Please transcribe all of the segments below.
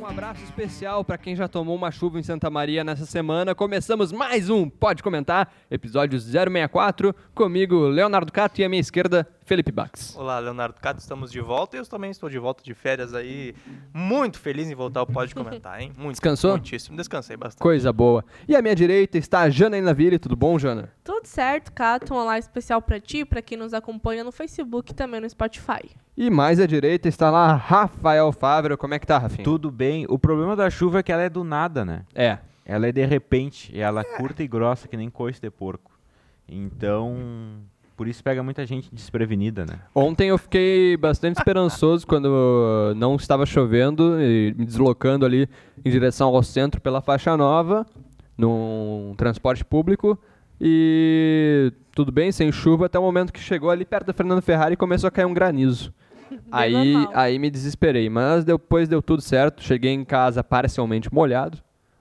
Um abraço especial para quem já tomou uma chuva em Santa Maria nessa semana. Começamos mais um Pode Comentar, episódio 064, comigo, Leonardo Cato, e à minha esquerda, Felipe Bax. Olá, Leonardo Cato, estamos de volta e eu também estou de volta de férias aí. Muito feliz em voltar ao Pode Comentar, hein? Muito. Descansou? Muitíssimo. Descansei bastante. Coisa boa. E à minha direita está a Janaína Ville. Tudo bom, Jana? Tudo certo, Cato. Um olá especial pra ti, pra quem nos acompanha no Facebook e também no Spotify. E mais à direita está lá Rafael Fávero. Como é que tá, Rafinha? Tudo bem. O problema da chuva é que ela é do nada, né? É. Ela é de repente. E ela é curta e grossa, que nem coice de porco. Então. Por isso pega muita gente desprevenida, né? Ontem eu fiquei bastante esperançoso quando não estava chovendo e me deslocando ali em direção ao centro pela faixa nova, num transporte público. E tudo bem, sem chuva, até o momento que chegou ali perto da Fernando Ferrari e começou a cair um granizo. Aí, normal. aí me desesperei, mas depois deu tudo certo. Cheguei em casa parcialmente molhado,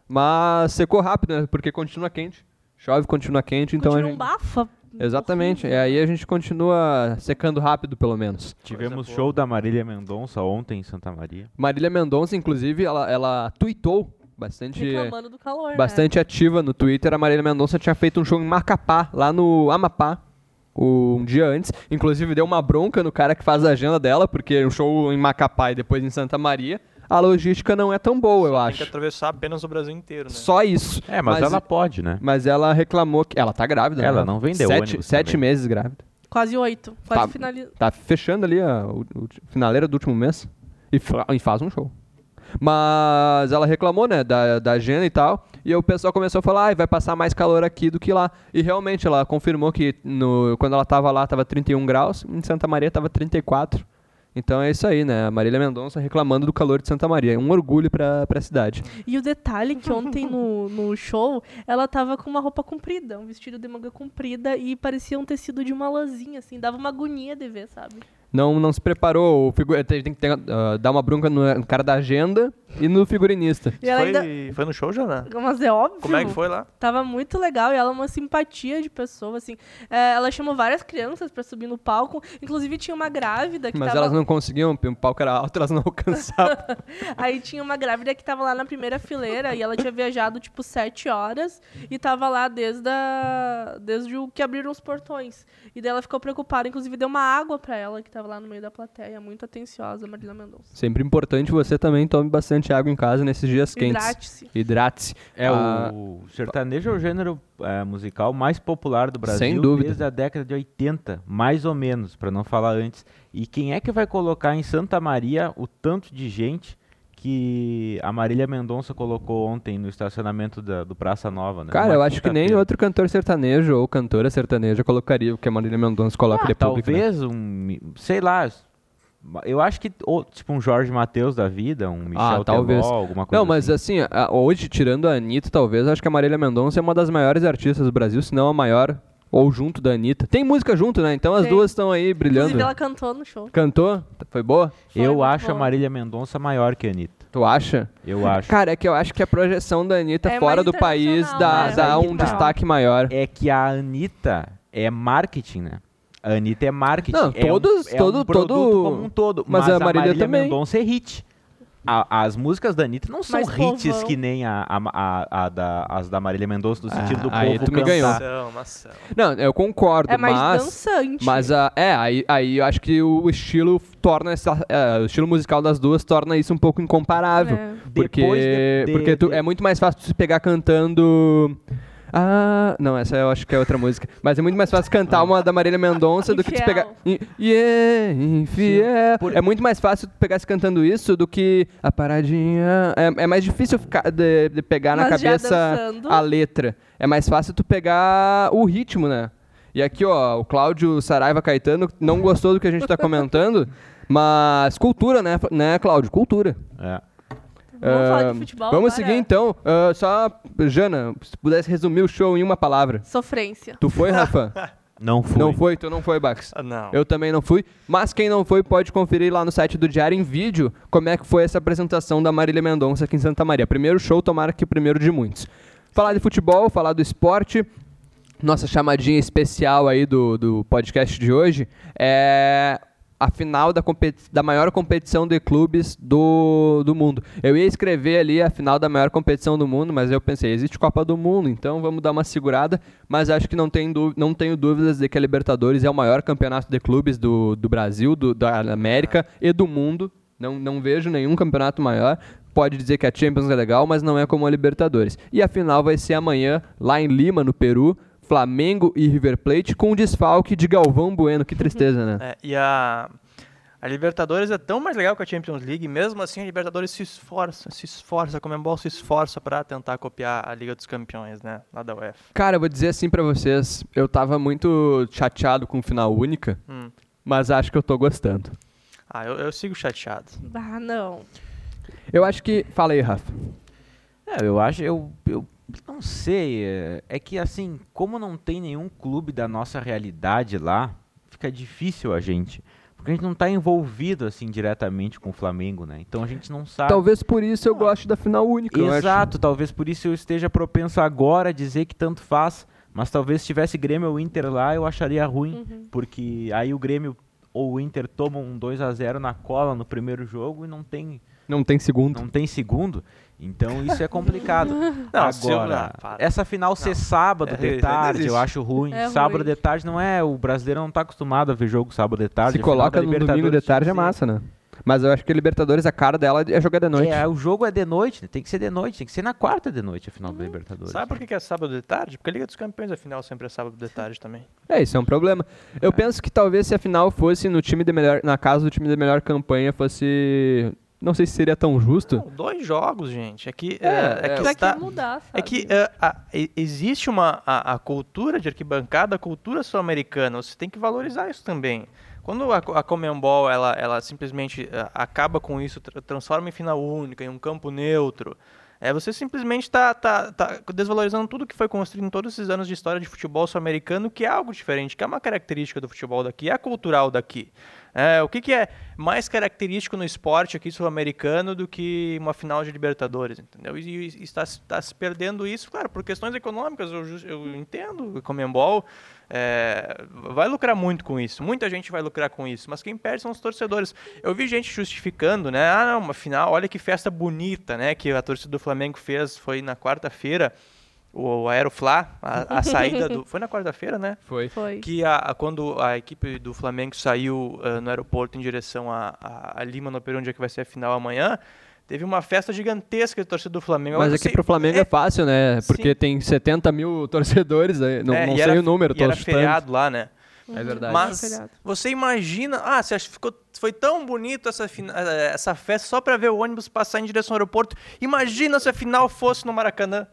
mas secou rápido, né? Porque continua quente. Chove, continua quente, então a Continua gente... um bafa. Exatamente. é, E aí a gente continua secando rápido, pelo menos. Tivemos boa. show da Marília Mendonça ontem em Santa Maria. Marília Mendonça, inclusive, ela, ela tweetou bastante, Reclamando do calor, né? bastante ativa no Twitter. A Marília Mendonça tinha feito um show em Macapá, lá no Amapá, um dia antes. Inclusive, deu uma bronca no cara que faz a agenda dela, porque um show em Macapá e depois em Santa Maria, a logística não é tão boa, eu Tem que acho. atravessar apenas o Brasil inteiro, né? Só isso. É, mas, ela pode, né? Mas ela reclamou que. Ela tá grávida, né? Ela não vendeu Sete, ônibus sete também. meses grávida. né? Quase oito. Quase Tá. finaliza. Tá fechando ali a o- o- finaleira do último mês e, fa- e faz um show. Mas ela reclamou, né, da, da agenda e tal. E o pessoal começou a falar, ah, vai passar mais calor aqui do que lá. E realmente, ela confirmou que no, quando ela tava lá, tava 31 graus. Em Santa Maria, tava 34. Então é isso aí, né? A Marília Mendonça reclamando do calor de Santa Maria. É um orgulho pra, pra cidade. E o detalhe que ontem no, no show, ela tava com uma roupa comprida, um vestido de manga comprida e parecia um tecido de uma lãzinha, assim. Dava uma agonia de ver, sabe? Não, não se preparou. O figu- eh, tem, tem que ter, ah, dar uma bronca no, no cara da agenda e no figurinista. E ela foi, ainda... foi no show, Jana? Mas é óbvio. Como é que foi lá? Tava muito legal e ela é uma simpatia de pessoa, assim. É, ela chamou várias crianças pra subir no palco. Inclusive tinha uma grávida que Mas tava. elas não conseguiam, porque o palco era alto, elas não alcançavam. Aí tinha uma grávida que tava lá na primeira fileira e ela tinha viajado tipo sete horas e tava lá desde, a... desde o que abriram os portões. E daí ela ficou preocupada, inclusive deu uma água pra ela que tava lá no meio da plateia, muito atenciosa, Marília Mendonça. Sempre importante você também tome bastante água em casa nesses dias quentes. Hidrate-se. Hidrate-se. É, Ah, o sertanejo é o gênero é, musical mais popular do Brasil Sem dúvida. desde a década de 80, mais ou menos, para não falar antes. E quem é que vai colocar em Santa Maria o tanto de gente que a Marília Mendonça colocou ontem no estacionamento da- do Praça Nova, né? Cara, Uma eu acho que nem quinta-feira. outro cantor sertanejo ou cantora sertaneja colocaria o que a Marília Mendonça coloca Ah, de público. né? talvez um, sei lá, eu acho que ou, tipo um Jorge Mateus da vida, um Michel Teló, Ah, talvez. alguma coisa Não, mas assim. assim, a- hoje, tirando a Anitta, talvez, acho que a Marília Mendonça é uma das maiores artistas do Brasil, se não a maior, ou junto da Anitta. Tem música junto, né? Então as Tem. duas estão aí brilhando. Inclusive ela cantou no show. Cantou? Foi boa? Foi eu muito acho bom. a Marília Mendonça maior que a Anitta. Tu acha? Eu acho. Cara, é que eu acho que a projeção da Anitta É fora mais do país dá, internacional, né? dá Mas aí um que tá. destaque maior. é que a Anitta é marketing, né? A Anitta é marketing. Não, é um- todos- é um, todo- produto todo- como um todo. mas a Marília também. Mendonça é hit. A- as músicas da Anitta não são Mas hits povão. que nem a, a- a- a da- as da Marília Mendonça, no sentido do Ah, aí povo tu me cantar. ganhou. Mação, mação. Não, eu concordo, É mais mas. dançante. Mas a, é, aí, aí eu acho que o estilo torna essa. é, o estilo musical das duas torna isso um pouco incomparável. É. Porque, Depois de- de- porque tu- de- é muito mais fácil tu se pegar cantando. Ah, não, essa eu acho que é outra música. Mas é muito mais fácil cantar uma da Marília Mendonça do que tu Infiel. pegar. In- Yeah, infiel. É muito mais fácil tu pegar se cantando isso do que a paradinha. É, é mais difícil ficar de, de pegar na Mas já cabeça dançando? a letra. É mais fácil tu pegar o ritmo, né? E aqui, ó, o Cláudio Saraiva Caetano não gostou do que a gente tá comentando, mas cultura, né, F- né, Cláudio? Cultura. É. Vamos falar Ah, de futebol Vamos agora? seguir então. Ah, só, Jana, se pudesse resumir o show em uma palavra. Sofrência. Tu foi, Rafa? Não foi. Não foi, tu não foi, Bax. Ah, não. Eu também não fui, mas quem não foi pode conferir lá no site do Diário em Vídeo como é que foi essa apresentação da Marília Mendonça aqui em Santa Maria. Primeiro show, tomara que o primeiro de muitos. Falar de futebol, falar do esporte. Nossa chamadinha especial aí do, do podcast de hoje é a final da, competi- da maior competição de clubes do, do mundo. Eu ia escrever ali a final da maior competição do mundo, mas eu pensei, existe Copa do Mundo, então vamos dar uma segurada. Mas acho que não, tem dú- não tenho dúvidas de que a Libertadores é o maior campeonato de clubes do, do Brasil, do- da América e do mundo. Não, não vejo nenhum campeonato maior. Pode dizer que a Champions é legal, mas não é como a Libertadores. E a final vai ser amanhã, lá em Lima, no Peru. Flamengo e River Plate com o desfalque de Galvão Bueno. Que tristeza, né? É, e a, a Libertadores é tão mais legal que a Champions League, e mesmo assim a Libertadores se esforça, se esforça, a Comembol se esforça pra tentar copiar a Liga dos Campeões, né? Lá da UEFA. Cara, eu vou dizer assim pra vocês, eu tava muito chateado com o final única, Hum. mas acho que eu tô gostando. Ah, eu, eu sigo chateado. Ah, não. Eu acho que. Fala aí, Rafa. É, eu acho, eu, eu não sei. É, é que assim, como não tem nenhum clube da nossa realidade lá, fica difícil a gente. Porque a gente não tá envolvido assim diretamente com o Flamengo, né? Então a gente não sabe. Talvez por isso eu goste da final única. eu acho. Exato, talvez por isso eu esteja propenso agora a dizer que tanto faz. Mas talvez se tivesse Grêmio ou Inter lá, eu acharia ruim. Porque aí o Grêmio ou o Inter tomam um 2 a 0 na cola no primeiro jogo e não tem, Não tem segundo. não tem segundo. Então isso é complicado. Não, se eu- Agora, ah, para. essa final ser sábado É, de não tarde, eu existe. acho ruim. É sábado ruim. de tarde não é. O brasileiro não tá acostumado a ver jogo sábado de tarde. Se a final coloca da no domingo de Libertadores tarde é tinha que ser- massa, né? Mas eu acho que a Libertadores, a cara dela é jogar de noite. É, o jogo é de noite, né? tem que ser de noite, tem que ser na quarta de noite a final da Libertadores. Sabe por que que é sábado de tarde? Porque a Liga dos Campeões, afinal, sempre é sábado de tarde também. É, isso é um problema. Eu penso que talvez se a final fosse no time de melhor. Na casa do time de melhor campanha fosse. Não sei se seria tão justo. Não, dois jogos, gente. É que, é, É, é que Pra está- que mudar, sabe? É que é, a- e- existe uma a, a cultura de arquibancada, a cultura sul-americana. Você tem que valorizar isso também. Quando a, co- a Comembol ela, ela simplesmente é, acaba com isso, tra- transforma em final única, em um campo neutro, é, você simplesmente está desvalorizando tudo que foi construído em todos esses anos de história de futebol sul-americano, que é algo diferente, que é uma característica do futebol daqui, é cultural daqui. É, o que, que é mais característico no esporte aqui sul-americano do que uma final de Libertadores, entendeu? E, e está, se- está se perdendo isso, claro, por questões econômicas, eu, jus- eu entendo, o Comembol é, vai lucrar muito com isso, muita gente vai lucrar com isso, mas quem perde são os torcedores. Eu vi gente justificando, né? Ah, não, uma final, olha que festa bonita, né? Que a torcida do Flamengo fez, foi na quarta-feira, o, o Aeroflá, a, a saída do... Foi na quarta-feira, né? Foi. Foi. Que a, a- quando a equipe do Flamengo saiu ah, no aeroporto em direção a, a- a Lima, no Peru, onde é que vai ser a final amanhã, teve uma festa gigantesca de torcida do Flamengo. Mas Eu aqui sei- pro Flamengo é, fácil, né? Porque tem 70 mil torcedores, aí, não, é, não e sei era- o número, e tô era chutando. feriado lá, né? É verdade. Mas Feriado. você imagina, ah, você acha que ficou, foi tão bonito essa, fina- eh, essa festa só pra ver o ônibus passar em direção ao aeroporto. Imagina se a final fosse no Maracanã.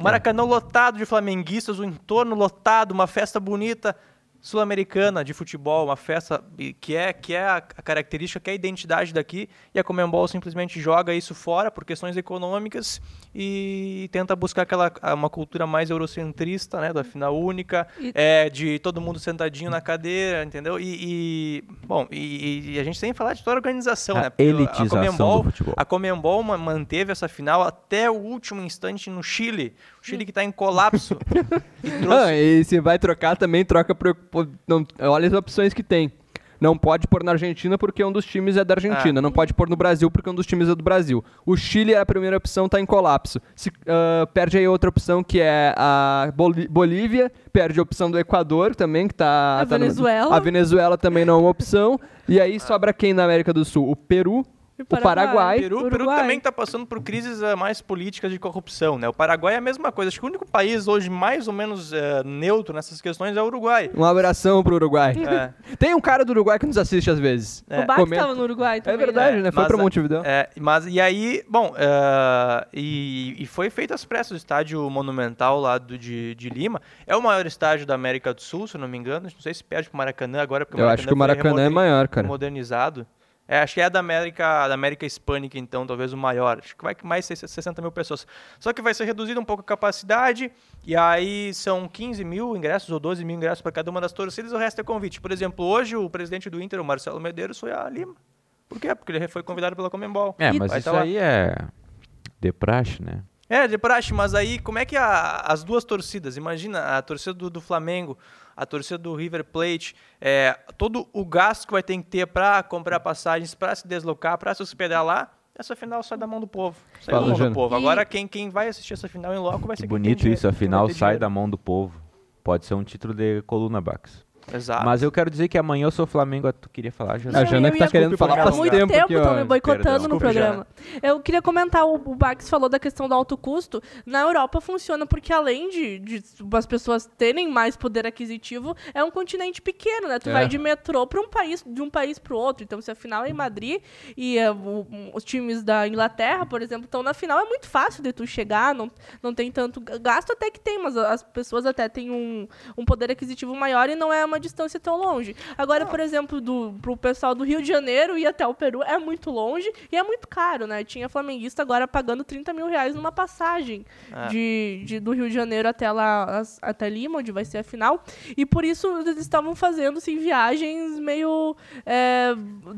Um Maracanã lotado de flamenguistas, o entorno lotado, uma festa bonita sul-americana de futebol, uma festa e- que é que é a a característica, que é a identidade daqui, e a Comembol simplesmente joga isso fora por questões econômicas e tenta buscar aquela a- uma cultura mais eurocentrista, né, da final única, E- é de todo mundo sentadinho na cadeira, entendeu? E, e- bom, e, e a gente tem que falar de toda a organização, A né? Porque elitização do Conmebol- futebol. a Comembol ma- manteve essa final até o último instante no Chile. O Chile que está em colapso. e trouxe- Ah, e se vai trocar também, troca pro. pô, não- olha as opções que tem. Não pode pôr na Argentina porque um dos times é da Argentina. Não pode pôr no Brasil porque um dos times é do Brasil. O Chile é a primeira opção, tá em colapso. Se, ah, perde aí outra opção que é a Boli- Bolívia, perde a opção do Equador também, que tá. A tá no- Venezuela. a Venezuela também não é uma opção. E É. aí sobra quem na América do Sul? O Peru, E o o Paraguai. Paraguai. Peru, o Peru Uruguai. também está passando por crises eh, mais políticas de corrupção, né? O Paraguai é a mesma coisa. Acho que o único país hoje mais ou menos eh, neutro nessas questões é o Uruguai. Um abração pro Uruguai. É. Tem um cara do Uruguai que nos assiste às vezes. O Bach Comenta. tava no Uruguai também. É verdade, É, né? Foi mas pra a- Montevideo. É, mas e aí, bom, eh, e, e foi feito às pressas o estádio monumental lá do, de, de Lima. É o maior estádio da América do Sul, se eu não me engano. Não sei se perde pro Maracanã agora, porque Eu acho que o foi Maracanã é remoder- maior, cara. modernizado. É, acho que é da América, da América Hispânica, então, talvez o maior. Acho que vai que mais 60 mil pessoas. Só que vai ser reduzida um pouco a capacidade, e aí são 15 mil ingressos ou 12 mil ingressos para cada uma das torcidas, o resto é convite. Por exemplo, hoje o presidente do Inter, o Marcelo Medeiros, foi a Lima. Por quê? Porque ele foi convidado pela Comembol. É, E- tá mas Vai isso tá lá. aí é de praxe, né? É, de praxe, mas aí como é que a- as duas torcidas, imagina a torcida do, do Flamengo, a torcida do River Plate, é, todo o gasto que vai ter que ter para comprar passagens, para se deslocar, para se hospedar lá, essa final sai da mão do povo. Sai da Fala, mão do Jano. povo. E- Agora quem, quem vai assistir essa final em loco vai ser Que quem tem bonito dinheiro, isso, quem vai afinal ter sai dinheiro. da mão do povo. Pode ser um título de coluna Bax. Tá. Exato. Mas eu quero dizer que amanhã eu sou Flamengo. ah, Tu queria falar, já? A Jana eu que tá ia- querendo falar Desculpa, faz muito tempo tempo, aqui, estão me ó. boicotando Perdão. no Desculpa, programa. Eu queria comentar, o, o Bax falou da questão do alto custo. Na Europa funciona porque além de, de as pessoas terem mais poder aquisitivo, é um continente pequeno, né? Tu É. vai de metrô para um país, de um país para o outro. Então, se a final é em Madrid e é, o- um, os times da Inglaterra, por exemplo, estão na final, é muito fácil de tu chegar, não, não tem tanto g- gasto até que tem, mas as pessoas até têm um, um poder aquisitivo maior e não é uma distância tão longe. Agora, por exemplo, do, pro pessoal do Rio de Janeiro ir até o Peru é muito longe e é muito caro, né? Tinha flamenguista agora pagando 30 mil reais numa passagem É. de, de- do Rio de Janeiro até lá, as- até Lima, onde vai ser a final. E por isso eles estavam fazendo assim, viagens meio. é,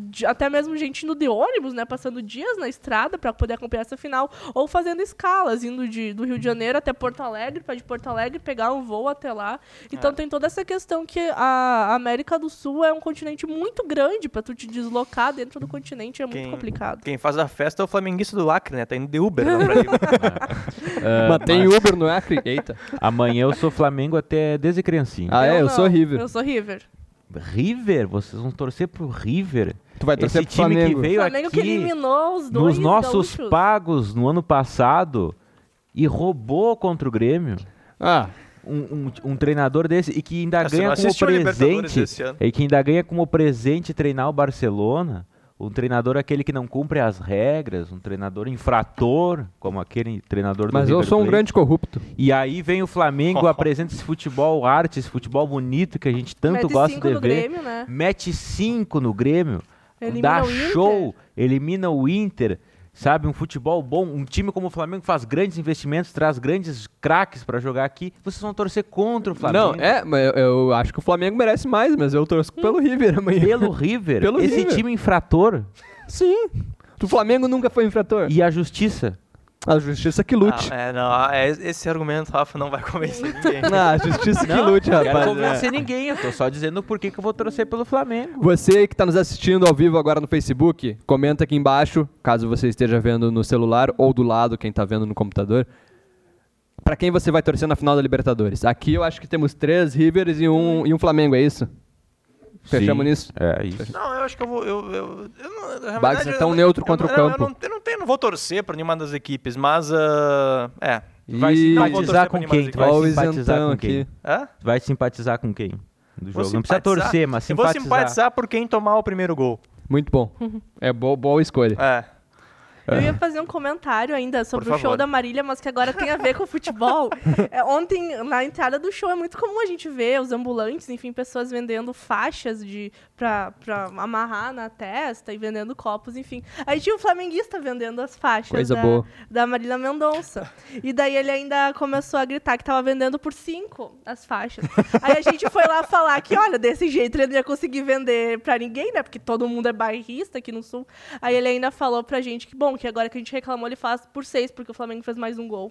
de- até mesmo gente indo de ônibus, né? Passando dias na estrada para poder acompanhar essa final. Ou fazendo escalas, indo de, do Rio de Janeiro até Porto Alegre, para de Porto Alegre pegar um voo até lá. Então Ah. tem toda essa questão que a América do Sul é um continente muito grande para tu te deslocar dentro do continente é muito Quem- complicado. Quem faz a festa é o flamenguista do Acre, né? Tá indo de Uber lá pra Lima. Ah, Mas tem Uber no Acre? Eita. Amanhã eu sou Flamengo até desde criancinha. Ah, é? Eu sou não, River. Eu sou River. River? Vocês vão torcer pro River? Tu vai Esse torcer pro time que Flamengo. O veio Flamengo que aqui eliminou os dois nos nossos gaúchos. pagos no ano passado e roubou contra o Grêmio. Ah, Um, um- um treinador desse e que ainda Ah, você não ganha como assistiu a Libertadores presente esse ano? e que ainda ganha como presente treinar o Barcelona um treinador aquele que não cumpre as regras um treinador infrator como aquele treinador do mas eu River sou um Plate. grande corrupto. e aí vem o Flamengo apresenta esse futebol arte esse futebol bonito que a gente tanto Mete gosta cinco de no ver Grêmio, né? mete 5 no Grêmio, Elimina dá o Inter. show, elimina o Inter, sabe? Um futebol bom, um time como o Flamengo faz grandes investimentos, traz grandes craques pra jogar aqui. Vocês vão torcer contra o Flamengo. Hum. Não, é, mas eu, eu acho que o Flamengo merece mais, mas eu torço pelo River amanhã. Pelo River, Pelo esse River. time infrator Sim. O Flamengo nunca foi infrator. e a justiça. A justiça que lute. Ah, é, não, ah, é, esse argumento, Rafa, não vai convencer ninguém. Ah, a justiça que lute, não quero rapaz. convencer ninguém, eu tô só dizendo por que que eu vou torcer pelo Flamengo. Você que está nos assistindo ao vivo agora no Facebook, comenta aqui embaixo, caso você esteja vendo no celular ou do lado, quem está vendo no computador. Para quem você vai torcer na final da Libertadores? Aqui eu acho que temos três Rivers e um, e um Flamengo, é isso? Fechamos Sim, nisso? É isso. Não, eu acho que eu vou. Eu, eu, eu não, na Bagos é tão neutro contra o não- campo. Eu não, eu não tenho, não vou torcer pra nenhuma das equipes, mas. ah, é. Vai E- simpatizar Não vou torcer com pra quem? Neymar e Tu vai Olha o simpatizar isentão com quem? aqui. Hã? Tu vai simpatizar com quem? Do Vou jogo. Não precisa simpatizar. torcer, mas Eu vou simpatizar. simpatizar por quem tomar o primeiro gol. Muito bom. É bo- boa escolha. É. Eu ia fazer um comentário ainda sobre Por o show favor. da Marília, mas que agora tem a ver com o futebol. É, ontem, na entrada do show, é muito comum a gente ver os ambulantes, enfim, pessoas vendendo faixas de pra, pra amarrar na testa e vendendo copos, enfim. Aí tinha o flamenguista vendendo as faixas Coisa da, boa. da Marília Mendonça. E daí ele ainda começou a gritar que tava vendendo por cinco as faixas. Aí a gente foi lá falar que, olha, desse jeito ele não ia conseguir vender pra ninguém, né? Porque todo mundo é bairrista aqui no sul. Aí ele ainda falou pra gente que, bom, que agora que a gente reclamou, ele faz por seis, porque o Flamengo fez mais um gol.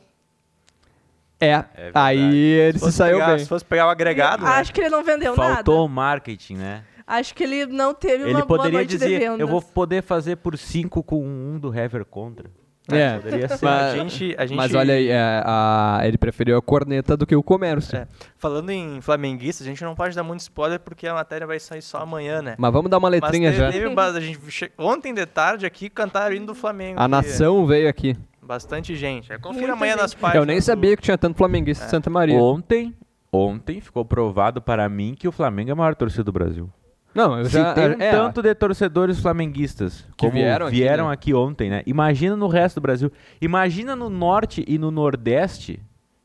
É, aí ele se fosse saiu pegar- bem. Se fosse pegar o agregado. né? Acho que ele não vendeu Faltou nada. o marketing, né? Acho que ele não teve Ele uma boa poderia noite de dizer, vendas. eu vou poder fazer por 5 com 1 um do Hever contra. É, Poderia ser. A mas, gente, a gente, mas olha aí, é, a- ele preferiu a corneta do que o comércio. É. Falando em flamenguista, a gente não pode dar muito spoiler porque a matéria vai sair só amanhã, né? Mas vamos dar uma Mas letrinha teve- já. teve ba- a gente che- Ontem de tarde aqui cantaram o hino do Flamengo. A que- nação veio aqui. Bastante gente. É, Confira Muita amanhã gente. nas páginas. Eu nem do- sabia que tinha tanto flamenguista de Santa Maria. Ontem, ontem ficou provado para mim que o Flamengo é a maior torcida do Brasil. Não, eu Se já. tem um é, tanto de torcedores flamenguistas Que como vieram vieram, aqui, né? aqui, ontem, né? Imagina no resto do Brasil. Imagina no norte e no nordeste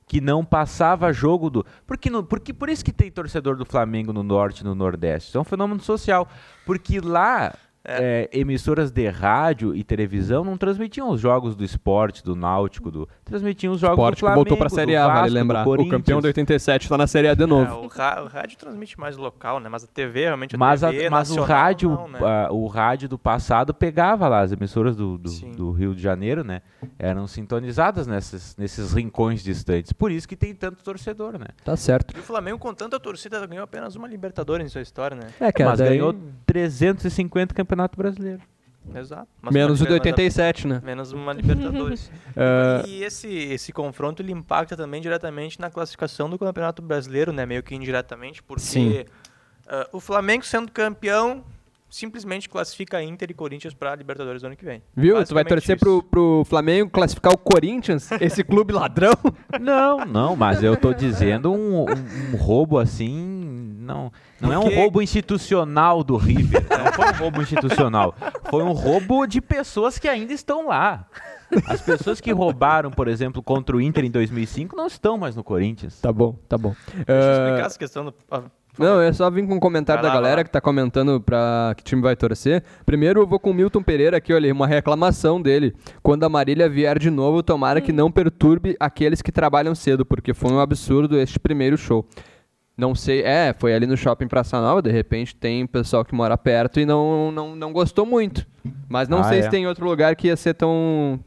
que não passava jogo do. Porque, no, porque por isso que tem torcedor do Flamengo no norte e no nordeste. Isso é um fenômeno social. Porque lá é, emissoras de rádio e televisão não transmitiam os jogos do esporte, do náutico, do transmitiam os jogos do Esporte que Flamengo, voltou pra Série A, do Vasco, vale do lembrar. O Corinthians. campeão de 87 tá na Série A de É, novo. o, ra- o rádio transmite mais local, né? Mas a TV realmente a Mas, a- TV mas o nacional rádio, não, né? ah, o rádio do passado pegava lá as emissoras do, do, Sim. do Rio de Janeiro, né? Eram sintonizadas nessas, nesses rincões distantes. Por isso que tem tanto torcedor, né? Tá certo. E o Flamengo, com tanta torcida, ganhou apenas uma Libertadores em sua história, né? É, cara, mas daí- ganhou 350 Campeonato Brasileiro. Exato. Mas menos o de mas a- 87, né? Menos uma Libertadores. É. E esse, esse confronto ele impacta também diretamente na classificação do Campeonato Brasileiro, né? Meio que indiretamente, porque Sim. ah, o Flamengo sendo campeão simplesmente classifica Inter e Corinthians para Libertadores no ano que vem. Viu? Tu vai Basicamente torcer isso. pro, pro Flamengo classificar o Corinthians, esse clube ladrão? Não, não, mas eu tô dizendo um, um- um roubo assim. Não, não é um Porque- roubo institucional do River. Não foi um roubo institucional. Foi um roubo de pessoas que ainda estão lá. As pessoas que roubaram, por exemplo, contra o Inter em 2005 não estão mais no Corinthians. Tá bom, tá bom. Deixa eu É, explicar essa questão do. ah, Não, é só vir com um comentário Vai da lá, vai galera lá. que tá comentando pra que time vai torcer. Primeiro eu vou com o Milton Pereira aqui, olha, uma reclamação dele. Quando a Marília vier de novo, tomara que não perturbe aqueles que trabalham cedo, porque foi um absurdo este primeiro show. Não sei, é, foi ali no shopping Praça Nova, de repente tem pessoal que mora perto e não, não, não gostou muito. Mas não Ah, sei se é. tem outro lugar que ia ser tão,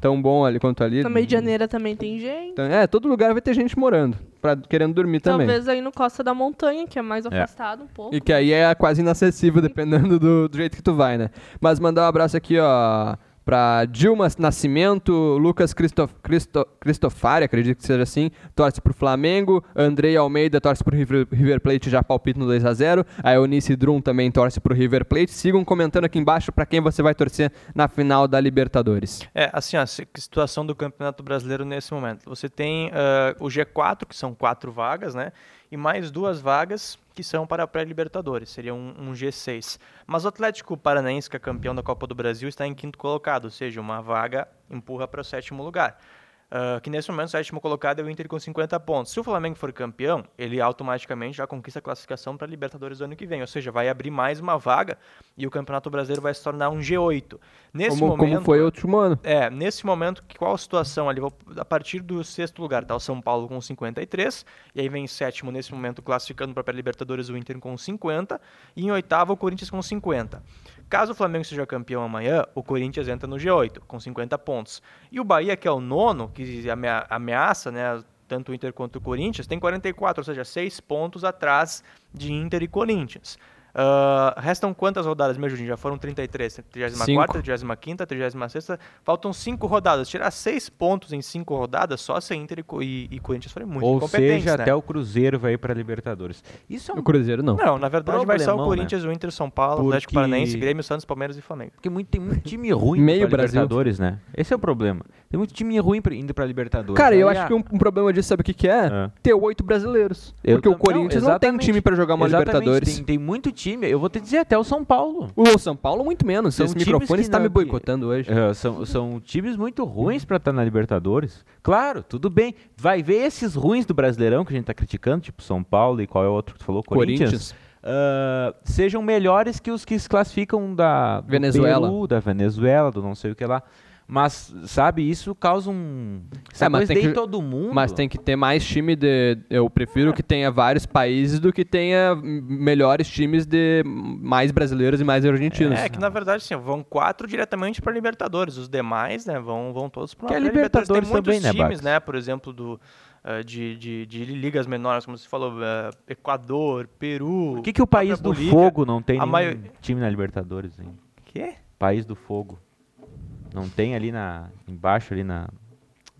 tão bom ali quanto ali. Na Medianeira também tem gente. Então, É, todo lugar vai ter gente morando, pra, querendo dormir também. Talvez aí no Costa da Montanha, que é mais afastado um pouco. E que aí é quase inacessível, dependendo do, do jeito que tu vai, né? Mas mandar um abraço aqui, ó, pra Dilma Nascimento, Lucas Cristo, Cristo, Cristofari, acredito que seja assim, torce pro Flamengo, Andrei Almeida torce pro River, River Plate, já palpita no 2x0, a Eunice Drum também torce pro River Plate. Sigam comentando aqui embaixo pra quem você vai torcer na final da Libertadores. É, assim, ó, se- que situação do Campeonato Brasileiro nesse momento. Você tem ah, o G4, que são quatro vagas, né? E mais duas vagas que são para a pré-Libertadores, seria um, um G6. Mas o Atlético Paranaense, que é campeão da Copa do Brasil, está em quinto colocado, ou seja, uma vaga empurra para o sétimo lugar. Ah, que nesse momento o sétimo colocado é o Inter com 50 pontos. Se o Flamengo for campeão, ele automaticamente já conquista a classificação para a Libertadores do ano que vem, ou seja, vai abrir mais uma vaga e o Campeonato Brasileiro vai se tornar um G8. Nesse Como, momento, como foi o último ano. é, nesse momento, que- qual a situação ali? Vou- A partir do sexto lugar, tá o São Paulo com 53, e aí vem em sétimo nesse momento, classificando para a Libertadores o Inter com 50, e em oitavo o Corinthians com 50. Caso o Flamengo seja campeão amanhã, o Corinthians entra no G8, com 50 pontos. E o Bahia, que é o nono, que amea- ameaça, né? Tanto o Inter quanto o Corinthians, tem 44, ou seja, 6 pontos atrás de Inter e Corinthians. Ah, restam quantas rodadas, meu Juninho? Já foram 33, 34, Cinco. 35, 36, faltam cinco rodadas. Tirar seis pontos em cinco rodadas, só se Inter e, Co- e, e Corinthians forem muito Ou incompetentes, seja, né? até o Cruzeiro vai ir para Libertadores. Isso é um O Cruzeiro não. Não, na verdade vai só o Problemão, né? Corinthians, o Inter, São Paulo, o Atlético Porque- Paranaense, Grêmio, Santos, Palmeiras e Flamengo. Porque muito, tem muito time ruim Meio indo pra Brasil. Libertadores, né? Esse é o problema. Tem muito time ruim pra- indo pra Libertadores. Cara, eu Aí acho a- que um, um problema disso, sabe o que, que é? É. Ter oito brasileiros. Eu porque o tam- Corinthians não, tem exatamente. time pra jogar uma Exatamente, Libertadores. Tem, tem muito time. Eu vou te dizer até o São Paulo. O São Paulo, muito menos. São Esse times microfone que está me não- boicotando hoje. É, são, são times muito ruins pra estar na Libertadores. Claro, tudo bem. Vai ver esses ruins do Brasileirão que a gente tá criticando, tipo São Paulo e qual é o outro que tu falou? Corinthians. Corinthians. Ah, sejam melhores que os que se classificam da do Venezuela. Peru, da Venezuela, do não sei o que lá. Mas, sabe, isso causa um. Essa É, mas coisa tem de que- todo mundo. Mas tem que ter mais time de. Eu prefiro que tenha vários países do que tenha hum, melhores times de mais brasileiros e mais argentinos. É que na verdade assim, vão quatro diretamente para Libertadores, os demais, né, vão, vão todos para Que é pra Libertadores Tem muitos também, né, times, Bax? né, por exemplo, do eh, de, de, de ligas menores, como você falou, eh, Equador, Peru. O que, que o própria País do Bolívia. Fogo não tem a nenhum maio- time na Libertadores? Hein? Quê? País do Fogo. Não tem ali na embaixo ali na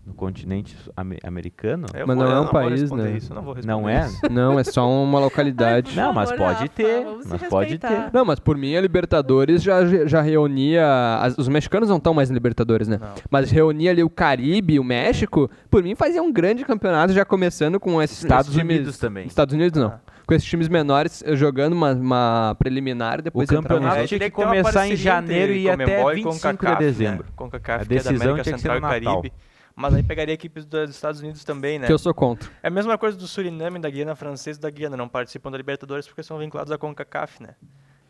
no continente ame- americano? Eu Mas vou- não é eu um vou país, responder né? Isso, eu não vou responder Não é? isso. Não, é só uma localidade. Não, mas favor, pode Rafa, ter, vamos se mas pode ter. respeitar. Não, mas por mim a Libertadores já, já reunia. as- os mexicanos não estão mais em Libertadores, né? Não. Mas reunia ali o Caribe, o México. Por mim fazia um grande campeonato já começando com esses Estados esses times- Unidos também. Estados Unidos não. Ah. Com esses times menores eh, jogando uma, uma preliminar e O depois entravam campeonato os É, tinha teria que que ter uma começar em parceria janeiro entre e ir até Conmebol e 25 de CONCACAF, dezembro. Né? CONCACAF, A que é da decisão América tinha que ser Central e no Natal. Caribe. Mas aí pegaria equipes dos Estados Unidos também, né? Que eu sou contra. É a mesma coisa do Suriname, da Guiana Francesa e da Guiana. Não participam da Libertadores porque são vinculados à CONCACAF, né?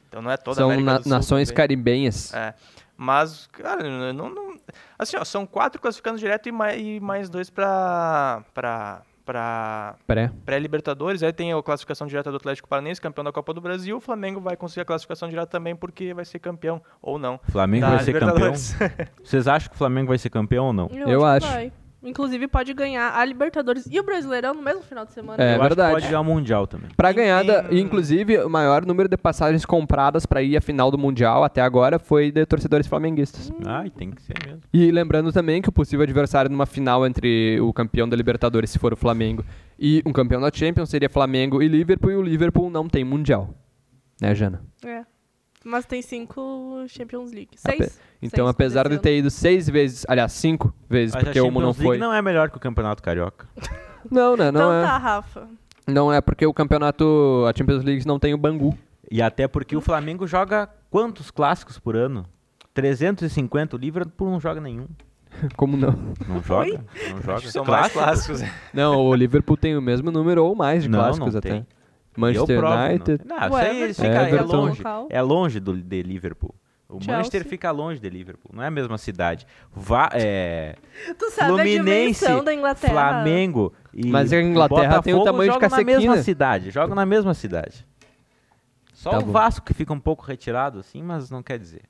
Então não é toda a São América na- do Sul nações também. caribenhas. É. Mas, cara, eu não, não- Assim, ó, são quatro classificando direto e mais, e mais dois pra. pra. pra. Pré. Pré-Libertadores, aí tem a classificação direta do Atlético Paranaense, campeão da Copa do Brasil. O Flamengo vai conseguir a classificação direta também porque vai ser campeão, ou não. O Flamengo da vai ser campeão. Libertadores. Vocês acham que o Flamengo vai ser campeão ou não? Eu que acho. vai. Inclusive pode ganhar a Libertadores e o Brasileirão no mesmo final de semana. É Eu verdade. Acho que pode ganhar o Mundial também. Pra ganhar, da- Em- inclusive, o maior número de passagens compradas pra ir à final do Mundial até agora foi de torcedores flamenguistas. Ai, tem que ser mesmo. E lembrando também que o possível adversário numa final entre o campeão da Libertadores, se for o Flamengo, e um campeão da Champions seria Flamengo e Liverpool, e o Liverpool não tem Mundial. Né, Jana? É. Mas tem cinco Champions League. Ape- Seis. Então, Seis apesar de acontecendo. ter ido seis vezes, aliás, cinco vezes, Ah, Mas a porque uma não Champions League foi. não é melhor que o Campeonato Carioca. Não, né? Não então é. tá, Rafa. Não é porque o campeonato, a Champions League não tem o Bangu. E até porque o Flamengo joga quantos clássicos por ano? 350, o Liverpool não joga nenhum. Como não? Não joga? Não joga. São mais clássicos. Não, o Liverpool tem o mesmo número ou mais de Não, clássicos não até. tem. Manchester Eu provo, United. Não, Ah, não O isso aí eles Everton ficam, é, Everton. longe. local. É longe do, de Liverpool. O Chelsea. Manchester fica longe de Liverpool, não é a mesma cidade. Vá, é, Tu sabe Fluminense, a dimensão da Inglaterra. Flamengo e Mas a Inglaterra tem o Botafogo tamanho de jogam na Cacequina. mesma cidade, jogam na mesma cidade. Só Tá o bom. Vasco que fica um pouco retirado assim, mas não quer dizer.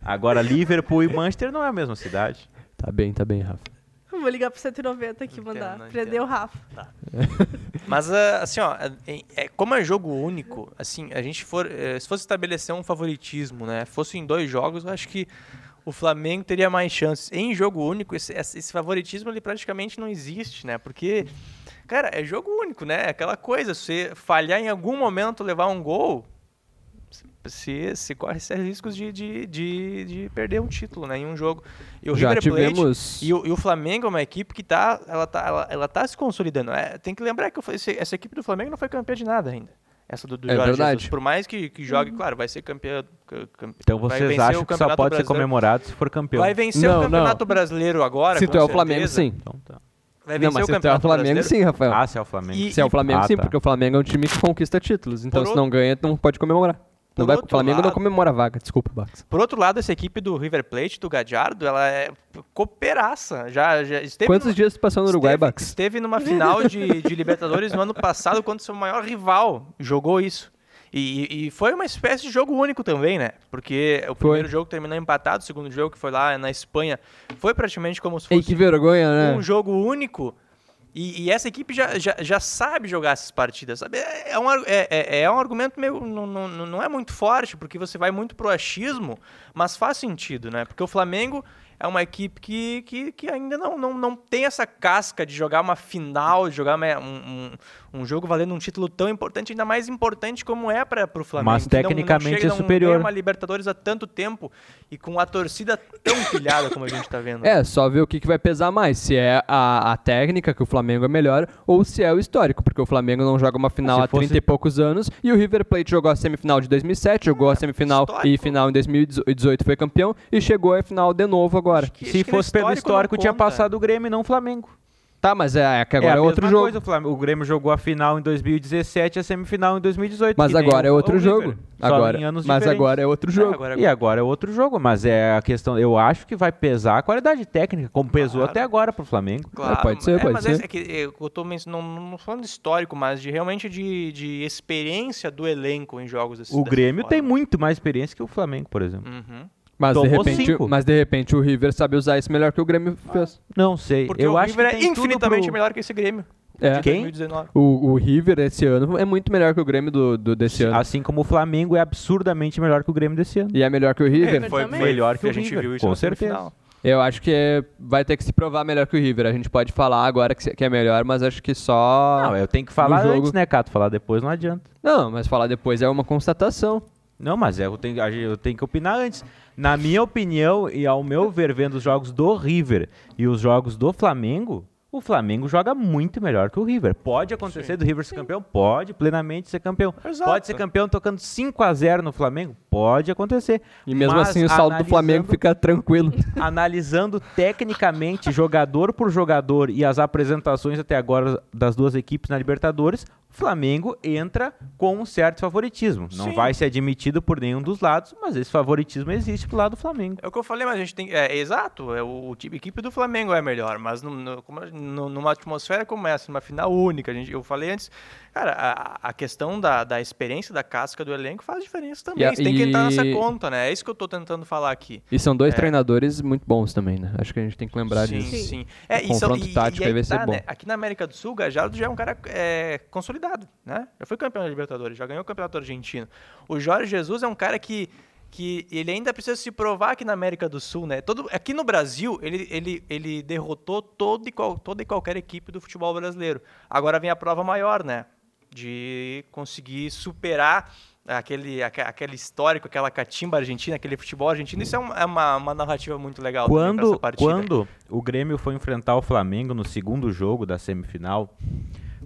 Agora Liverpool e Manchester não é a mesma cidade. Tá bem, tá bem, Rafa. Vou ligar pro 190 aqui e Entendo, mandar. não Prender entendo. o Rafa. Mas ah, assim, ó, é- é- como é jogo único, assim, a gente for, eh, se fosse estabelecer um favoritismo, né, fosse em dois jogos, eu acho que o Flamengo teria mais chances. Em jogo único, esse, esse esse favoritismo ele praticamente não existe, né? Porque cara, é jogo único, né? É Aquela coisa, se falhar em algum momento, levar um gol, se, se corre sérios riscos de, de, de, de perder um título, né, em um jogo. E o Já River Plate- tivemos. e o, e o Flamengo é uma equipe que tá, ela tá, ela, ela tá se consolidando. É, tem que lembrar que o Fla- esse- essa equipe do Flamengo não foi campeã de nada ainda. Essa do, do É Jorge verdade. Jesus. Por mais que, que jogue, claro, vai ser campeã. ca- campe- Então vai vocês vencer acham o que só Campeonato pode ser Brasileiro. comemorado se for campeão? Vai vencer Não, o não. Campeonato Brasileiro agora. se com tu é o Flamengo, certeza. sim. Então tá. Vai Não, vencer mas se o tu é o Campeonato Flamengo, Brasileiro. sim, Rafael. Ah, se é o Flamengo. E- se é o Flamengo, Ah, sim, tá. porque o Flamengo é um time que conquista títulos. Então, Por se não ganha, não pode comemorar. por Não vai, o outro Flamengo não lado- comemora a vaga, desculpa, Bax. Por outro lado, essa equipe do River Plate, do Gadiardo, ela é cooperaça. Já, já esteve Quantos numa- dias tu passou no Uruguai, esteve, Bax? Esteve numa final de, de Libertadores no ano passado contra o seu maior rival. Jogou isso. E, e- e foi uma espécie de jogo único também, né? Porque o primeiro jogo terminou empatado, o segundo jogo que foi lá na Espanha foi praticamente como se Ei, fosse que vergonha, um né? jogo único. E, e essa equipe já, já, já sabe jogar essas partidas, sabe? É é um, ar- é, é, é um argumento meio. Não, não, não não é muito forte, porque você vai muito pro achismo, mas faz sentido, né? Porque o Flamengo é uma equipe que, que, que ainda não, não, não tem essa casca de jogar uma final, de jogar uma- um, um, um jogo valendo um título tão importante, ainda mais importante como é para o Flamengo. Mas que não- não tecnicamente chega, não é ganha superior. uma Libertadores há tanto tempo e com a torcida tão pilhada como a gente tá vendo. É, só ver o que, que vai pesar mais. Se é a, a técnica, que o Flamengo é melhor, ou se é o histórico, porque o Flamengo não joga uma final Se há fosse- 30 e poucos anos e o River Plate jogou a semifinal de 2007, jogou a semifinal e histórico. final em 2018 foi campeão e chegou à final de novo agora. que- Se acho que no fosse pelo histórico histórico, não tinha conta. passado o Grêmio e não o Flamengo. Tá, mas é, é que agora é, a outro mesma jogo. coisa, o, Flamengo- o Grêmio jogou a final em 2017 e a semifinal em 2018. Mas que nem agora é o- outro o jogo. River. Só Agora, em anos mas diferentes. agora é outro jogo. agora E agora é outro jogo, mas é a questão. Eu acho que vai pesar a qualidade técnica, como pesou Claro. até agora pro Flamengo. É, pode ser, é, pode mas ser. É, é que é, eu tô men- não, não falando de histórico, mas de realmente de, de experiência do elenco em jogos assim. O Grêmio tem muito mais experiência que o Flamengo, por exemplo. Uhum. Mas de, Tomou repente, cinco. mas de repente o River sabe usar isso melhor que o Grêmio fez. Não sei. Hum. Porque eu o acho River que é tem tudo infinitamente pro... melhor que esse Grêmio. É. de Quem? 2019. O, o River esse ano é muito melhor que o Grêmio do, do- desse ano. Assim como o Flamengo é absurdamente melhor que o Grêmio desse ano. E é melhor que o River. É, Também. melhor que o a gente River, viu isso com na certeza. semifinal. Eu acho que é- vai ter que se provar melhor que o River. A gente pode falar agora que, se- que é melhor, mas acho que só. Não, é eu tenho que falar jogo. antes, né, Cato? Falar depois não adianta. Não, mas falar depois é uma constatação. Não, mas é, eu tenho, a gente- eu tenho que opinar antes. Na minha opinião, e ao meu ver, vendo os jogos do River e os jogos do Flamengo, o Flamengo joga muito melhor que o River. Pode acontecer do River ser campeão? Pode, plenamente ser campeão. Exato. Pode ser campeão tocando 5 a 0 no Flamengo? Pode acontecer. E mesmo Mas assim o saldo do Flamengo analisando- fica tranquilo. analisando tecnicamente, jogador por jogador e as apresentações até agora das duas equipes na Libertadores, o Flamengo entra com um certo favoritismo. Não Sim. vai ser admitido por nenhum dos lados, mas esse favoritismo existe pro lado do Flamengo. É o que eu falei, mas a gente tem. É, é exato, é o, o time- equipe do Flamengo é melhor, mas num- num- como a- num- numa atmosfera como essa, numa final única, a gente, eu falei antes, cara, a, a questão da, da experiência, da casca do elenco faz diferença também. E a- Você tem que entrar nessa e- conta, né? É isso que eu tô tentando falar aqui. E são É. dois treinadores muito bons também, né? Acho que a gente tem que lembrar sim, disso. Sim, É, O confronto tático aí vai ser bom. tá, né? Aqui na América do Sul, Gajardo já é um cara é, consolidado, né? Já foi campeão da Libertadores, já ganhou o Campeonato Argentino. O Jorge Jesus é um cara que que ele ainda precisa se provar aqui na América do Sul, né? Todo, aqui no Brasil, ele, ele, ele derrotou todo e qual, toda e qualquer equipe do futebol brasileiro. Agora vem a prova maior, né? De conseguir superar aquele, aque- aquele histórico, aquela catimba argentina, aquele futebol argentino. Isso é, um- é uma, uma narrativa muito legal também pra Quando, essa partida. quando o Grêmio foi enfrentar o Flamengo no segundo jogo da semifinal,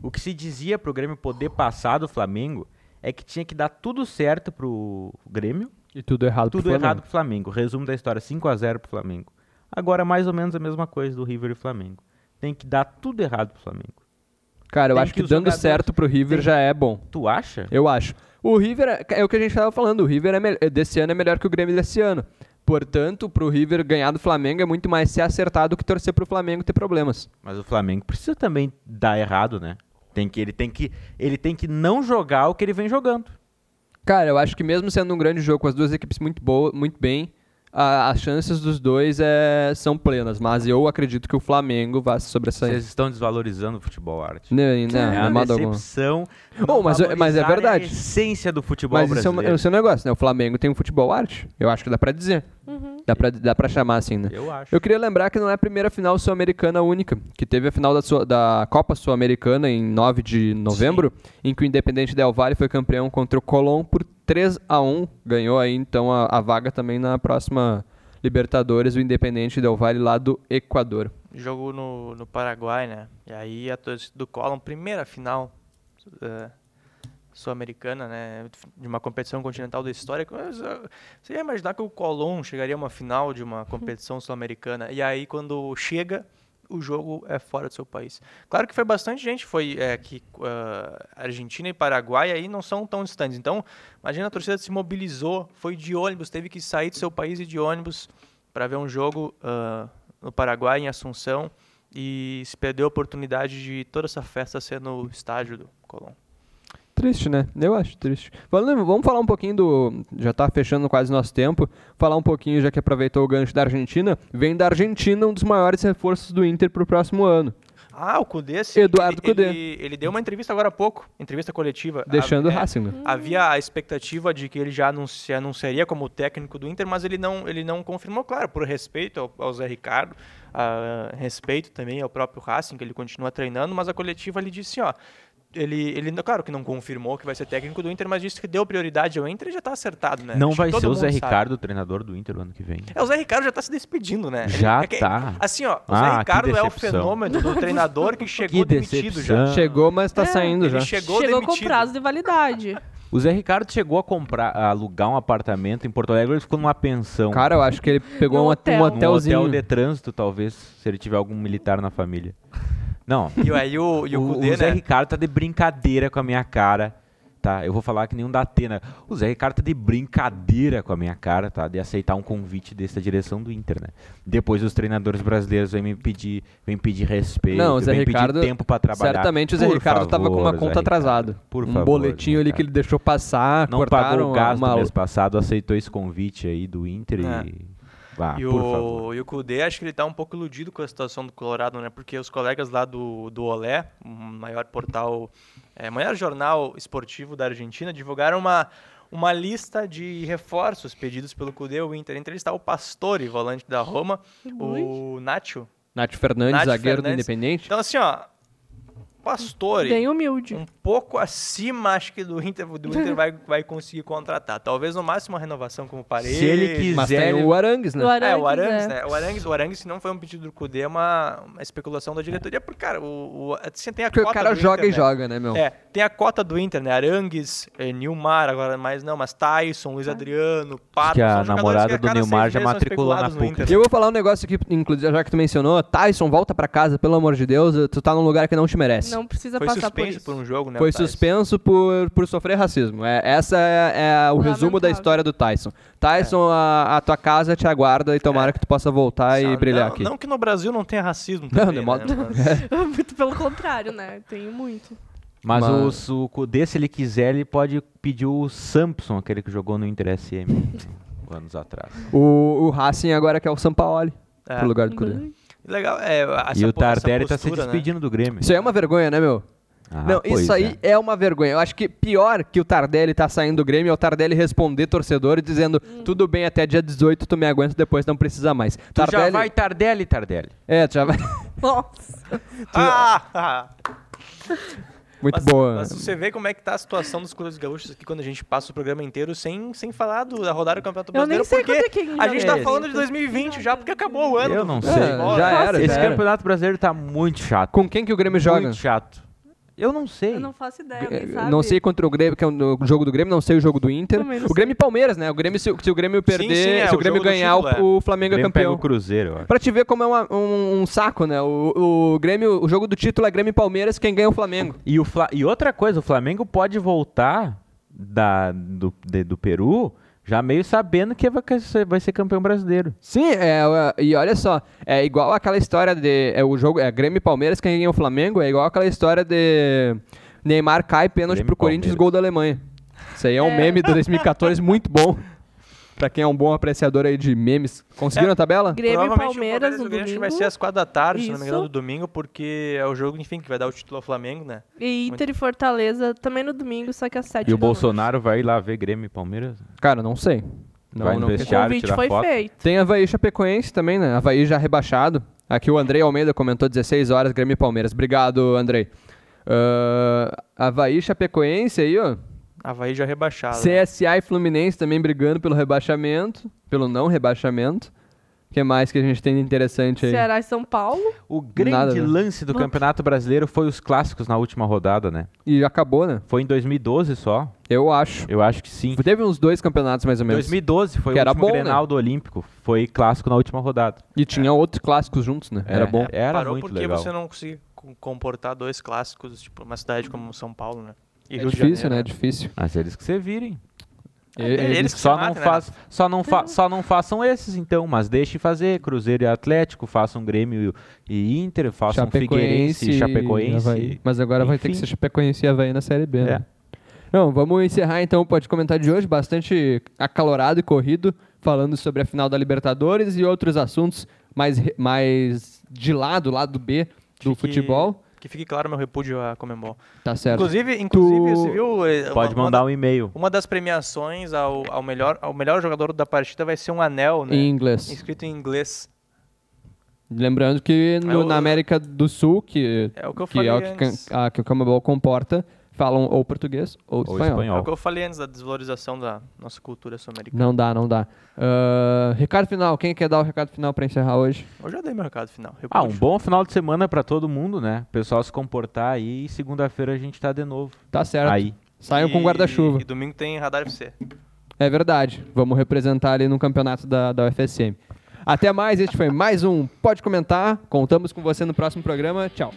o que se dizia pro Grêmio poder passar do Flamengo é que tinha que dar tudo certo pro Grêmio E tudo errado Tudo pro Flamengo. errado pro Flamengo. Resumo da história: 5 a 0 pro Flamengo. Agora, mais ou menos a mesma coisa do River e Flamengo. Tem que dar tudo errado pro Flamengo. Cara, eu Tem acho que que, os dando jogadores- certo pro River tem- já é bom. Tu acha? Eu acho. O River, é- é o que a gente tava falando, o River é mel- desse ano é melhor que o Grêmio desse ano. Portanto, pro River ganhar do Flamengo é muito mais ser acertado que torcer pro Flamengo ter problemas. Mas o Flamengo precisa também dar errado, né? Tem que, ele, tem que, ele tem que não jogar o que ele vem jogando. Cara, eu acho que mesmo sendo um grande jogo com as duas equipes muito boa, muito bem, a- as chances dos dois é, são plenas. Mas eu acredito que o Flamengo vai se sobressair. Vocês estão desvalorizando o futebol arte. Não, não, é não, uma modo algum. decepção. Bom, mas- Não mas é valorizar verdade. A essência do futebol Mas isso é, um, brasileiro. isso é um negócio, né? O Flamengo tem um futebol arte. Eu acho que dá pra dizer. Dá, pra, dá pra chamar assim, né? Eu acho. Eu queria lembrar que não é a primeira final sul-americana única, que teve a final da, Sul- da Copa Sul-Americana em 9 de novembro, em que o Independente Del Valle foi campeão contra o Colón por 3 a 1 Ganhou aí então a, a vaga também na próxima Libertadores, o Independente Del Valle lá do Equador. Jogo no, no Paraguai, né? E aí a torcida do Colón, primeira final eh, sul-americana, né? De uma competição continental da história. Mas, eh, Você ia imaginar que o Colón chegaria a uma final de uma competição sul-americana. E aí, quando chega, o jogo é fora do seu país. Claro que foi bastante gente, foi eh, que eh, Argentina e Paraguai aí não são tão distantes. Então, imagina a torcida se mobilizou, foi de ônibus, teve que sair do seu país e de ônibus para ver um jogo ah, no Paraguai, em Assunção, e se perdeu a oportunidade de toda essa festa ser no estádio do Colón. Triste, né? Eu acho triste. Falando- vamos falar um pouquinho do. Já tá fechando quase nosso tempo. Falar um pouquinho, já que aproveitou o gancho da Argentina. Vem da Argentina um dos maiores reforços do Inter pro próximo ano. Ah, o Cudê, sim, Eduardo ele, Cudê. Ele, ele deu uma entrevista agora há pouco, entrevista coletiva. Deixando o Ah, é, Racing, né? Havia a expectativa de que ele já anun- se anunciaria como técnico do Inter, mas ele não, ele não confirmou, claro, por respeito ao, ao Zé Ricardo, a respeito também ao próprio Racing, que ele continua treinando, mas a coletiva ele disse, ó, ele, ele, claro que não confirmou que vai ser técnico do Inter, mas disse que deu prioridade ao Inter e já tá acertado, né? É, Não Acho que vai todo ser o mundo Zé sabe. Ricardo, o treinador do Inter, o ano que vem. É, o Zé Ricardo já tá se despedindo, né? Ele- Já é que- tá. Assim, ó, o Ah, Zé que Ricardo é o decepção. fenômeno do treinador que chegou demitido já. decepção. Chegou, mas tá É, saindo ele já. Chegou, Chegou com demitido. prazo de validade. O Zé Ricardo chegou a comprar, a alugar um apartamento em Porto Alegre, ele ficou numa pensão. Cara, eu acho que ele pegou Num um, hotel. um hotel. um hotelzinho. hotel de trânsito, talvez, se ele tiver algum militar na família. Não. E aí o, e o, o, Cudê, o Zé né? Ricardo tá de brincadeira com a minha cara. Tá, eu vou falar que nem um da Atena. O Zé Ricardo tá de brincadeira com a minha cara, tá? De aceitar um convite dessa direção do Inter, né? Depois os treinadores brasileiros vêm me pedir, vêm pedir respeito, Não, o Zé vêm Ricardo- pedir tempo pra trabalhar. Certamente o Zé Por Ricardo tava com uma favor, Zé conta Ricardo, atrasada. Por um favor, boletinho Zé ali que ele deixou passar, não cortaram pagou o gasto uma... do mês passado, aceitou esse convite aí do Inter e. Ah, É. e, por favor. o, e o Cudê, acho que ele tá um pouco iludido com a situação do Colorado, né? Porque os colegas lá do, do Olé, o maior portal, é, maior jornal esportivo da Argentina, divulgaram uma, uma lista de reforços pedidos pelo Cudê ao Inter. Entre eles está o Pastore, volante da Roma, o Nacho. Nath Fernandes, Nath zagueiro Fernandes. do Independente. Então, assim, ó, Pastore... Bem humilde. um pouco acima, acho que do Inter, do Inter vai, vai conseguir contratar. Talvez no máximo uma renovação como parede. Se ele quis- Mas Zé, tem o Arangues, né? Do Arangues, É, o Arangues, é. né? O Arangues, o Arangues, se não foi um pedido do Cudê, é uma, uma especulação da diretoria, porque, cara, o, o, assim, tem a Porque o cota cara do joga Inter, e né? joga, né, meu? É, Tem a cota do Inter, né? Arangues, eh, Nilmar, agora mais não, mas Tyson, Luiz Adriano, Pato. que a são jogadores namorada que a do cada seis Nilmar já meses são matriculou na especulados no PUC. Inter. E eu vou falar um negócio aqui, inclusive, já que tu mencionou. Tyson, volta pra casa, pelo amor de Deus. Tu tá num lugar que não te merece. Não precisa Foi passar por suspenso isso. por, um jogo, né? Foi o Tyson? suspenso por, por sofrer racismo. É, essa é, é o resumo da Lamentável. história do Tyson. É. Tyson, a, a tua casa te aguarda e tomara que tu possa voltar e Sabe? brilhar Não- aqui. Não que no Brasil não tenha racismo Não, também, de né? modo- Mas- Muito pelo contrário, né? Tem muito. Mas, Mas- o suco desse, se ele quiser, ele pode pedir o Samson, aquele que jogou no Inter SM anos atrás. O, o Racing agora quer o Sampaoli É. pro lugar do Cudê. Legal, é, essa e o po- essa Tardelli tá se postura, né? despedindo do Grêmio. Isso aí é uma vergonha, né, meu? Ah, não, pois isso aí é. uma vergonha. Eu acho que pior que o Tardelli tá saindo do Grêmio é o Tardelli responder torcedor e dizendo tudo bem até dia 18, tu me aguenta, depois não precisa mais. Tu já vai Tardelli, Tardelli. É, tu já vai. Nossa. Ah, ah. Muito mas, Tipo, boa. Mas você vê como é que tá a situação dos clubes gaúchos aqui quando a gente passa o programa inteiro sem, sem falar do, da rodada do Campeonato Eu nem Brasileiro. sei porque quanto é que a gente tá joga. falando de 2020 já, porque acabou o ano. Eu não do sei. futebol, já né? era, já Esse era. campeonato brasileiro tá muito chato. Com quem que o Grêmio joga? Muito chato. Eu não sei. Eu não faço ideia, Eh, alguém sabe? Não sei contra o Grêmio, que é o jogo do Grêmio, não sei o jogo do Inter. Também não O Grêmio e Palmeiras, né? O Grêmio, se, se o Grêmio perder, sim, é, se o o Grêmio jogo do ganhar, título, o, o Flamengo O é Grêmio pega campeão. o Cruzeiro, eu acho. Pra te ver como é uma- um, um saco, né? O, o Grêmio, o jogo do título é Grêmio e Palmeiras, quem ganha é o Flamengo. E, o Fla- e outra coisa, o Flamengo pode voltar da- do, de- do Peru já meio sabendo que vai ser- vai ser campeão brasileiro. Sim, é, é, e olha só, é igual aquela história de. É, o jogo é Grêmio e Palmeiras, quem ganha o Flamengo, é igual aquela história de Neymar cai pênalti Grêmio e pro Corinthians, Palmeiras. gol da Alemanha. Isso aí é um meme de 2014 muito bom. Pra quem é um bom apreciador aí de memes. Conseguiram a tabela? Grêmio e Provavelmente o Palmeiras no do Grêmio acho que vai domingo. ser às quatro da tarde, se não me Isso. engano, do domingo, porque é o jogo, enfim, que vai dar o título ao Flamengo, né? E Inter e Fortaleza também no domingo, só que às sete E o da noite. Bolsonaro vai lá ver Grêmio e Palmeiras? Cara, não sei. Não, Vai não sei. investir. O Thiago convite tirar foi foto. feito. Tem Havaí e Chapecoense também, né? Havaí já rebaixado. Aqui o Andrei Almeida comentou 16 horas, Grêmio e Palmeiras. Obrigado, Andrei. Ah, Havaí e Chapecoense aí, ó. Havaí já rebaixado. né? CSA e Fluminense também brigando pelo rebaixamento, pelo não rebaixamento. O que mais que a gente tem de interessante aí? Ceará e São Paulo. O Nada, grande né? lance do Campeonato Brasileiro foi os clássicos na última rodada, né? E acabou, né? Foi em 2012 só, Eu acho. eu acho que sim. Teve uns dois campeonatos mais ou menos. 2012 foi Que o era último bom, Grenal né? do Olímpico, foi clássico na última rodada. E É. tinha outros clássicos juntos, né? Era É, bom. Era Parou muito porque legal. você não conseguia co- comportar dois clássicos, tipo, uma cidade como São Paulo, né? E É Rio de difícil, Janeiro, É, né? É difícil. Mas eles que se virem. Eles Eles- que se só não, matem, né? faz, só, não fa- só não façam esses, então, mas deixe fazer. Cruzeiro e Atlético, façam Grêmio e Inter, um façam Figueirense, e Chapecoense. Havaí. Mas agora vai ter que enfim. ser Chapecoense e Havaí na Série B, né? É. Não, vamos encerrar então o Pode Comentar de hoje, bastante acalorado e corrido, falando sobre a final da Libertadores e outros assuntos mais, re- mais de lado, lado B do Fique- futebol. Que fique claro meu repúdio a Comembol. Tá certo. Inclusive, inclusive, Tu- você viu? eh, Pode uma- mandar Uma, um e-mail. uma das premiações ao, ao, melhor, ao melhor jogador da partida vai ser um anel, né? Em inglês. Escrito em inglês. Lembrando que no- É o- na América do Sul, que É o que eu é falei o que, can- antes. a, que o Camabol comporta, falam ou português ou, Ou espanhol. É o que espanhol. eu falei antes da desvalorização da nossa cultura sul-americana. Não dá, não dá. Ah, recado final, quem quer dar o recado final pra encerrar hoje? Eu já dei meu recado final. Ah, um repúdio. bom final de semana pra todo mundo, né? O pessoal se comportar aí e segunda-feira a gente tá de novo. Tá certo. Aí. Saiam com E- guarda-chuva. E domingo tem Radar FC. É verdade. Vamos representar ali no campeonato da, da UFSM. Até mais, este foi mais um Pode Comentar. Contamos com você no próximo programa. Tchau.